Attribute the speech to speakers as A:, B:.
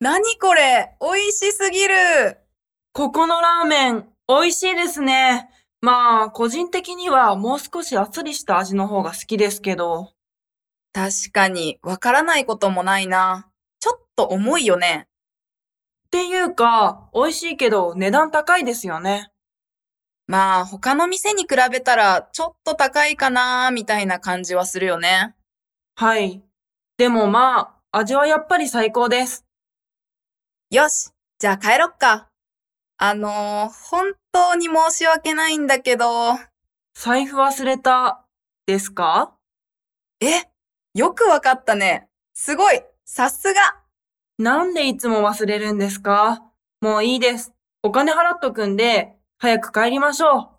A: 何これ美味しすぎる
B: ここのラーメン、美味しいですね。まあ、個人的にはもう少しあっさりした味の方が好きですけど。
A: 確かに、わからないこともないな。ちょっと重いよね。
B: っていうか、美味しいけど値段高いですよね。
A: まあ、他の店に比べたら、ちょっと高いかなーみたいな感じはするよね。
B: はい。でもまあ、味はやっぱり最高です。
A: よし、じゃあ帰ろっか。あのー、本当に申し訳ないんだけど、
B: 財布忘れた、ですか
A: え、よくわかったね。すごい、さすが。
B: なんでいつも忘れるんですかもういいです。お金払っとくんで、早く帰りましょう。